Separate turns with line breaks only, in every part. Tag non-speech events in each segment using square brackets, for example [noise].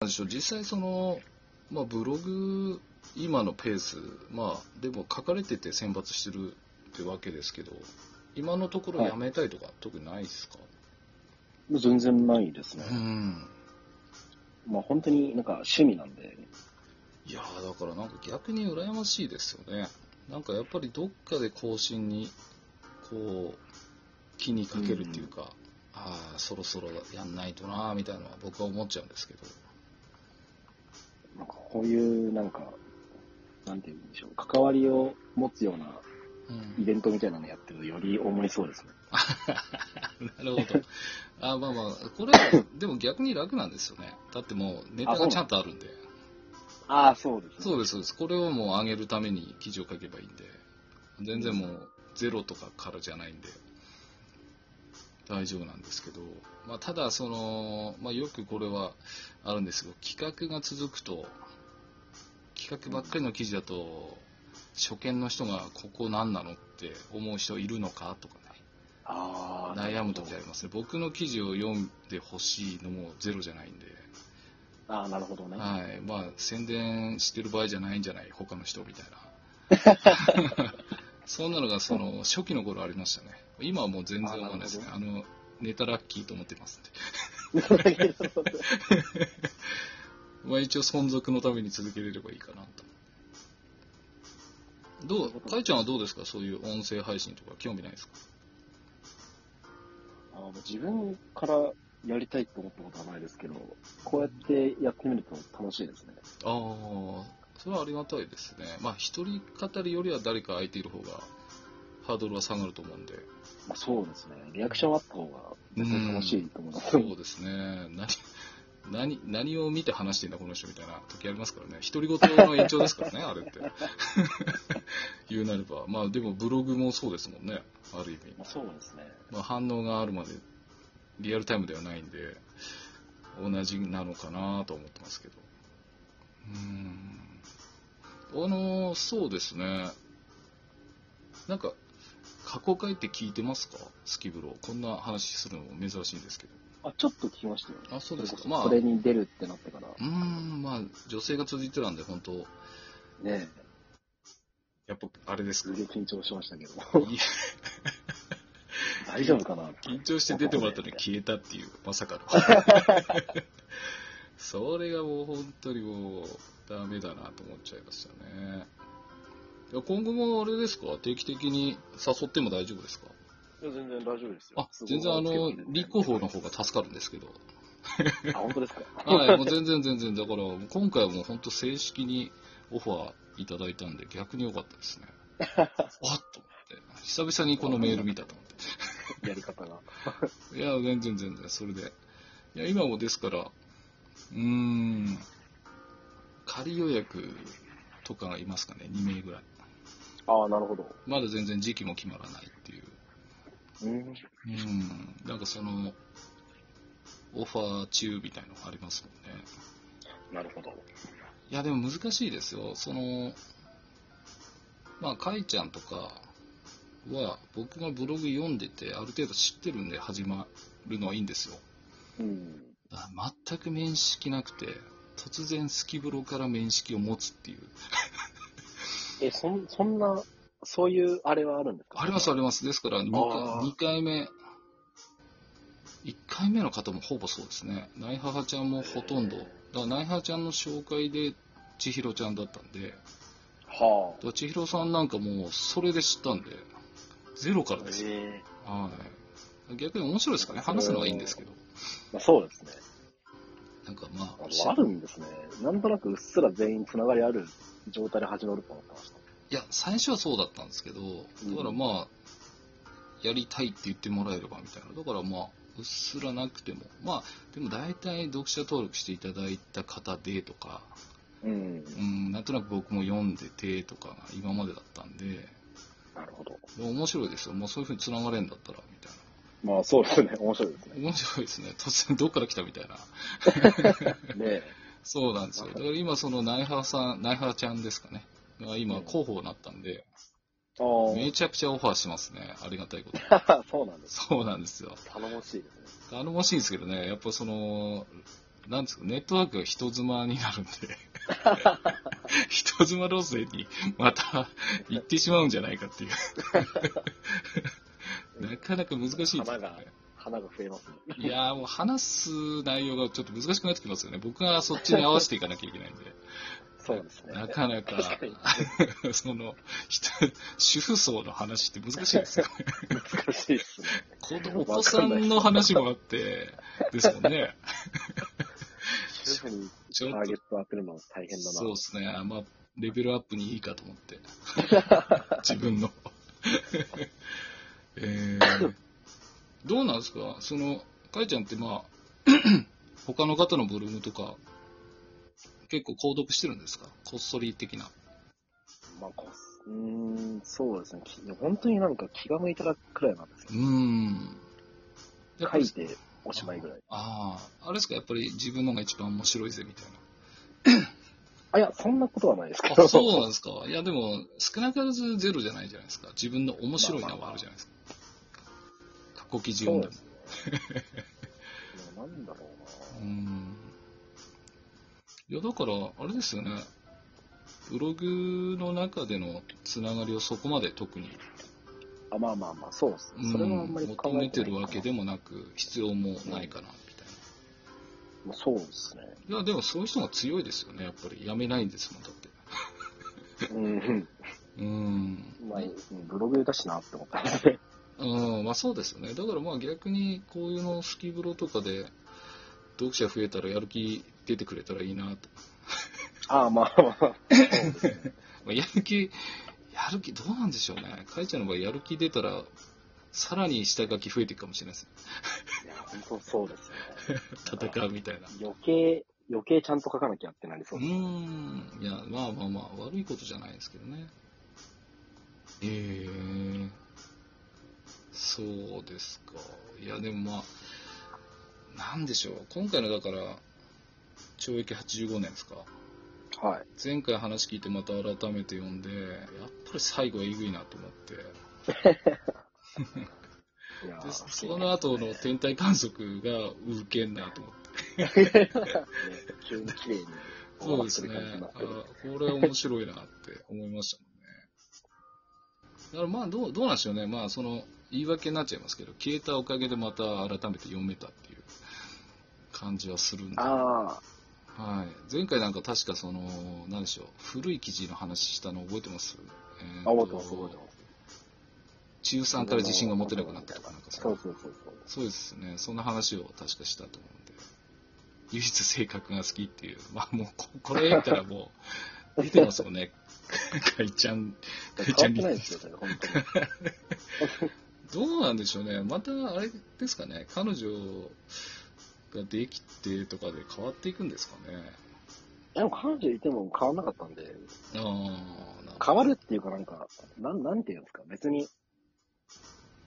でしょう実際その、まあ、ブログ今のペースまあでも書かれてて選抜してるってわけですけど今のところやめたいとか、特にないですか
全然ないですね。
ん
まあ本当になんか趣味なんで、
いやーだからなんか逆に羨ましいですよねなんかやっぱりどっかで更新にこう気にかけるっていうか、ああそろそろやんないとなーみたいなのは僕は思っちゃうんですけど
なんかこういうなんか、なんて言うんでしょう、関わりを持つような
うん
イベントみたいなのやってるとより思いそうですね。
なる [laughs] ほど。あまあまあ、これはでも逆に楽なんですよね。だってもうネタがちゃんとあるんで。
ああ、そうですね。
そうです、そうです。これをもう上げるために記事を書けばいいんで。全然もうゼロとかからじゃないんで。大丈夫なんですけど。まあ、ただ、その、まあ、よくこれはあるんですけど、企画が続くと、企画ばっかりの記事だと、初見の人がここ何なのって思う人いるのかとかね。
ああ、
悩む時ありますね僕の記事を読んでほしいのもゼロじゃないんで、
ああ、なるほどね。
はいまあ、宣伝してる場合じゃないんじゃない他の人みたいな [laughs] そんなのがその初期の頃ありましたね今はもう全然思わないですねあのネタラッキーと思ってますんで、まあ、一応存続のために続けれればいいかなとどうかいちゃんはどうですかそういう音声配信とか興味ないですか
[laughs] あの自分からやりたいと思ったことはないですけど、こうやってやってみると楽しいですね。
ああ、それはありがたいですね。まあ、一人語りよりは誰か空いている方が、ハードルは下がると思うんで。
まあ、そうですね。リアクションあった方が絶対楽しいと思います。
そうですね。何、何、何を見て話してんだ、この人みたいな時ありますからね。独り言の延長ですからね、あれって。言うなれば。まあ、でもブログもそうですもんね。ある意味。
まあ、そうですね。
まあ、反応があるまで、リアルタイムではないんで、同じなのかなと思ってますけど。うーん。あのー、そうですね。なんか、過去回って聞いてますかスキブロ。こんな話するのも珍しいんですけど。
あ、ちょっと聞きましたよ。
あ、そうですか。
それ
ま
こ
あ、
そうれに出るってなってから。
ーん、まあ、女性が続いてたんで、本当
ねえ
やっぱ、あれです
す
か。 [laughs]
げえ緊張しましたけど。 [laughs]
いや
大丈夫かな
緊張して出てもらったのに消えたっていう、まさかの。 [laughs] それがもう本当にもう、ダメだなと思っちゃいましたね。いや今後もあれですか定期的に誘っても大丈夫ですか
全然大丈夫です
あ、全然あの、立候補の方が助かるんですけど。
あ、本当ですか。
[laughs] はい、もう全然全然。だから、今回はもう本当正式にオファーいただいたんで、逆に良かった [laughs] ですね。あっと思って。久々にこのメール見たと思って。
[laughs] やり方が。
いや、全然全然、それで。いや、今もですから、うーん、仮予約とかがいますかね、2名ぐらい。
ああ、なるほど。
まだ全然時期も決まらないっていう。
うん。
うん、なんかその、オファー中みたいのありますもんね。
なるほど。
いや、でも難しいですよ。その、まあ、かいちゃんとかは、僕がブログ読んでて、ある程度知ってるんで始まるのはいいんですよ。
うん。
あ全く面識なくて突然スキブロから面識を持つっていう
え、そん、そんな、そういうあれはあるんですか
ありますあ
れ。
りますですから 2,
あー
回目1回目の方もほぼそうですねナイハハちゃんもほとんどだからナイハハちゃんの紹介で千尋ちゃんだったんでだか
はあ。
ら千尋さんなんかもうそれで知ったんでゼロからですよ、
ええ
はい逆に面白いですかね話すのはいいんですけど
まあ、そうですね。
なんかま
あ
あ
のあるんですね。なんとなくうっすら全員つながりある状態で始まると思ってました。
いや、最初はそうだったんですけど、だからまあ、やりたいって言ってもらえればみたいな。だからまあ、うっすらなくても。まあ、でも大体読者登録していただいた方でとか、
うん。
うん、なんとなく僕も読んでてとかが今までだったんで、
なるほど。
でも面白いですよ。もうそういう風に繋がれんだったら、みたいな。
まあ、そうですね。面白いで
[laughs]
すね。
面白いですね。突然どっから来たみたいな。
ねえ。
そうなんですよ。だから今その内ハさん、内ハちゃんですかね。が今候補になったんで、
あ
めちゃくちゃオファーしますね。ありがたいことに。
あ。そうなんです。
そうなんですよ。
頼もしいですね。
頼もしいんですけどね、やっぱその、なんですか、ネットワークが人妻になるん
[laughs]
で、人妻路線にまた行ってしまうんじゃないかっていう。なかなか難しいですよ
花
ね
が。花が増えますね。
いやーもう話す内容がちょっと難しくなってきますよね。僕がそっちに合わせていかなきゃいけないんで。
そうですね。
なかなか、
確か
[laughs]
に。
その、人主婦層の話って難しいですよ
[laughs]
ね。
難しいですね。
子供お子さんの話もあって、ですもんね。
主婦に
ち
タ
ょっ
ー
と
ゲットを当てるのは大変だな。
そうですね。まあ、レベルアップにいいかと思 [laughs] って。自分の。 [laughs] えーどうなんですかその、かいちゃんってまあ、 [clears throat] 他の方のブルームとか、結構購読してるんですかこっそり的な。
まあ、こううーん、そうですね。き本当になんか気が向いたらくらいなんです
う
よ。
ーん。やっぱ
書
り
いておしまいぐらい。
ああ、あれですかやっぱり自分のが一番面白いぜみたい [laughs] な。
あ、いや、そんなことはないですけど。
あそうなんですか。いや、でも、少なからずゼロじゃないじゃないですか。自分の面白いのはあるじゃないですか。過去基
そ
準
う
で
で
も
すね。いやなんだろう
う
な。
ん。いや、だから、あれですよね。ブログの中でのつながりをそこまで特に、
あ、まあまあまあ、そうです
う
ね。それはあん
ん、
まり考
求
え
めてるわけで
も。
もなく、必要もないかな、みたい
まあそうですね。
な。いや、でもそういう人が強いですよね、やっぱり。やめないんですもん、だって。
うん。
うん。
まあ、うんブログだしなって思ったんですね。
うん、まあそうですよね。だからまあ逆にこういうの好き風呂とかで読者増えたらやる気出てくれたらいいなと。
ああ、まあまあ。
まあやる気、やる気どうなんでしょうね。かいちゃんの場合やる気出たらさらに下書き増えていくかもしれないですね。
いや、本当そうですね。
戦うみたいな。
余計、余計ちゃんと書かなきゃってなりそううです。
ん。いや、まあまあまあ悪いことじゃないですけどね。えー、そうですか。いや、でもまあ、なんでしょう。今回のだから、懲役85年ですか。
はい。
前回話聞いてまた改めて読んで、やっぱり最後えぐいなと思って。で
いや、
その後の天体観測がウケんなと思って。
ね急に綺麗に
そ
終
う
わ
で
っ
す
て
ね。
る感じにな
あ
ってる。
これ面白いなって思いましたもんね。だからまあどう、どうなんでしょうね。まあその言い訳になっちゃいますけど、消えたおかげでまた改めて読めたっていう感じはするんで。
あ
はい、前回なんか確かその、何でしょう、古い記事の話したの覚えてます、えー
あ、
と
あ、思ってます、思ってます。
中3から自信が持てなくなったとか、なんか
そ
そう
うそうそうそう。
そうですね、そんな話を確かしたと思うんで、唯一性格が好きっていう、 [laughs] まあもうこ、これ見たらも
[laughs]
う、出てますもんね、かいちゃん、かいちゃんリ
変わってな
ーチ
いですよ、それ、本当に。
どうなんでしょうね、またあれですかね、彼女ができてとかで変わっていくんですかね。
でも彼女いても変わんなかったんで、
ああ、なるほど
変わるっていうかなんか、なん、なんていうんですか、別に、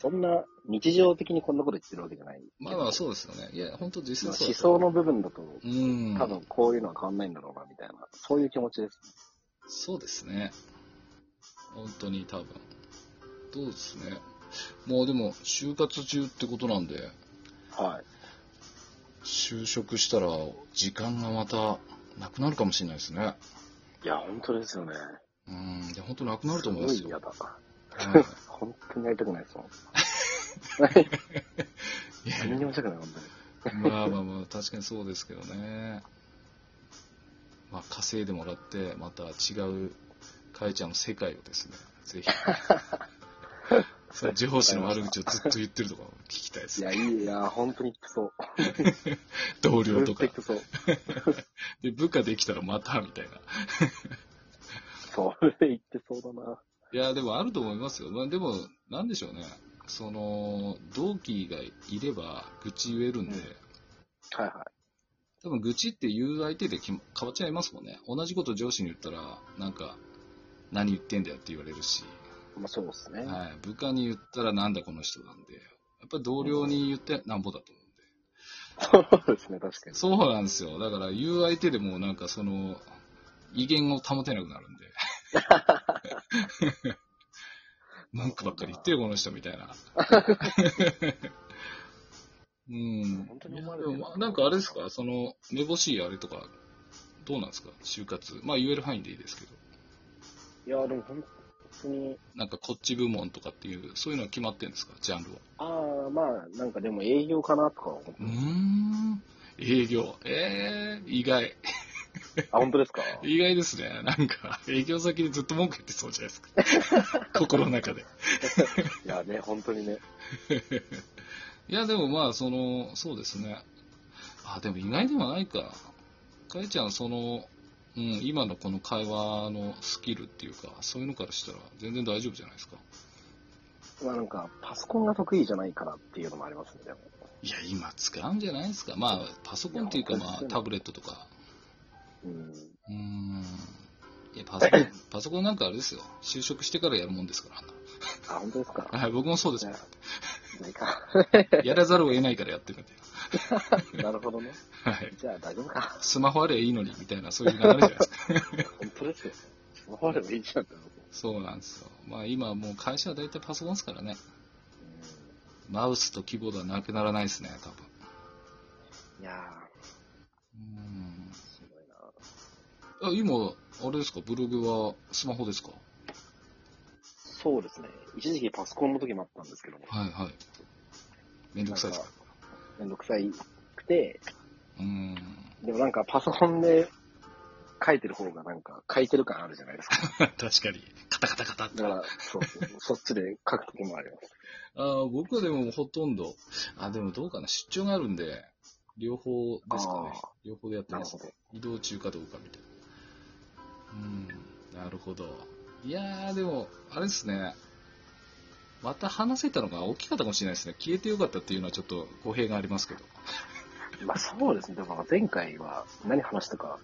そんな日常的にこんなこと言ってるわけじゃない。
まあまあそうですよね。いや、本当実
まあ
際そう
思
だと思
想の部分だと、
う。うん。
多分こういうのは変わんないんだろうな、みたいな、そういう気持ちです。
そうですね。本当に多分。どうですね。もうでも、就活中ってことなんで、
はい。
就職したら時間がまたなくなるかもしれないですね。
いや、本当ですよね。
うん。いや、本当なくなると思います
すごい嫌
よ。
だ。
はい
本当にやりたくないですもん。
いや
何にもしたくない、本当に。
まあまあまあ、確かにそうですけどね。まあ、稼いでもらって、また違う、かえちゃんの世界をですね、
[laughs]
ぜひ。その上司の悪口をずっと言ってるとか聞きたいで
い
すね。
や、いい、いや、本当にクソ。
同僚
ず
と
っと
か。
クソ。
で、部下できたらまた、みたいな。
それ言ってそうだな。
いや、でもあると思いますよ。まあ、でも、なんでしょうね。その、同期がいれば、愚痴言えるんで、
うんはいは
多分愚痴って言う相手でき変わっちゃいますもんね。同じこと上司に言ったら、なんか、何言ってんだよって言われるし、
い。まあそうですね。
はい、部下に言ったらなんだこの人なんで、やっぱり同僚に言ってなんぼだと思うんで。
そうですね、確かに。
そうなんですよ。だから言う相手でもうなんかその、威厳を保てなくなるんで。
[laughs] [laughs]
文句ばっかり言ってよ、この人みたいな。うん。
本当に思われ
で
てる
もまあなんかあれですか、その、めぼしいあれとか、どうなんですか就活。まあ言える範囲でいいですけど。
いや、でも本当に、
なんかこっち部門とかっていう、そういうのは決まってんですかジャンルは。
ああ、まあ、なんかでも営業かなとか思って
うーん。営業。ええ意外。
あ、本当ですか
意外ですね。なんか、営業先でずっと文句言ってそうじゃないですか。 [laughs] 心の中で。
いやね、本当にね。
いや、でもまあ、その、そうですね。あ、でも意外ではないか。かえちゃん、その、うん、今のこの会話のスキルっていうか、そういうのからしたら全然大丈夫じゃないですか。
まあなんか、パソコンが得意じゃないからっていうのもありますね、でも。
いや、今使うんじゃないですか。まあ、パソコンっていうか、
いや
まあ
本当、に
タブレットとか。
うん。
うーん。いや、パソコ [laughs] ン、パソコンなんかあれですよ。就職してからやるもんですからあんな。
あ、本当ですか
はい、僕もそうです [laughs]
ね
よ。
ないか。 [laughs]
やらざるを得ないからやってるんで。
なるほどね。
はい。
じゃあ大丈夫か。
スマホあればいいのに、みたいな、そういう流れじゃないですか。 [laughs]
本当ですよ。スマホあればいいじゃんって思って。
そうなんですよ。まあ、今もう会社は大体パソコンですからね。マウスとキーボードはなくならないですね、多分。
うんいや
うん
ー、すごいな。
あ今、あれですか、ブログはスマホですか
そうですね。一時期パソコンの時もあったんですけども、
はいはい。めんどくさいですか
めんどくさいくて、
うん。
でもなんかパソコンで書いてる方がなんか書いてる感あるじゃないですか。 [laughs]
[laughs] 確かに。カタカタカタって
だから、そうそう、そっちで書く時もあります。
あー僕はでもほとんど、あ、でもどうかな、出張があるんで、両方ですかね
あー。
両方でやってます
なる
ね。移動中かどうかみたいな。うん、なるほど。いやー、でも、あれですね。また話せたのが大きかったかもしれないですね。消えてよかったっていうのはちょっと語弊がありますけど。
まあそうですね。でも前回は何話したか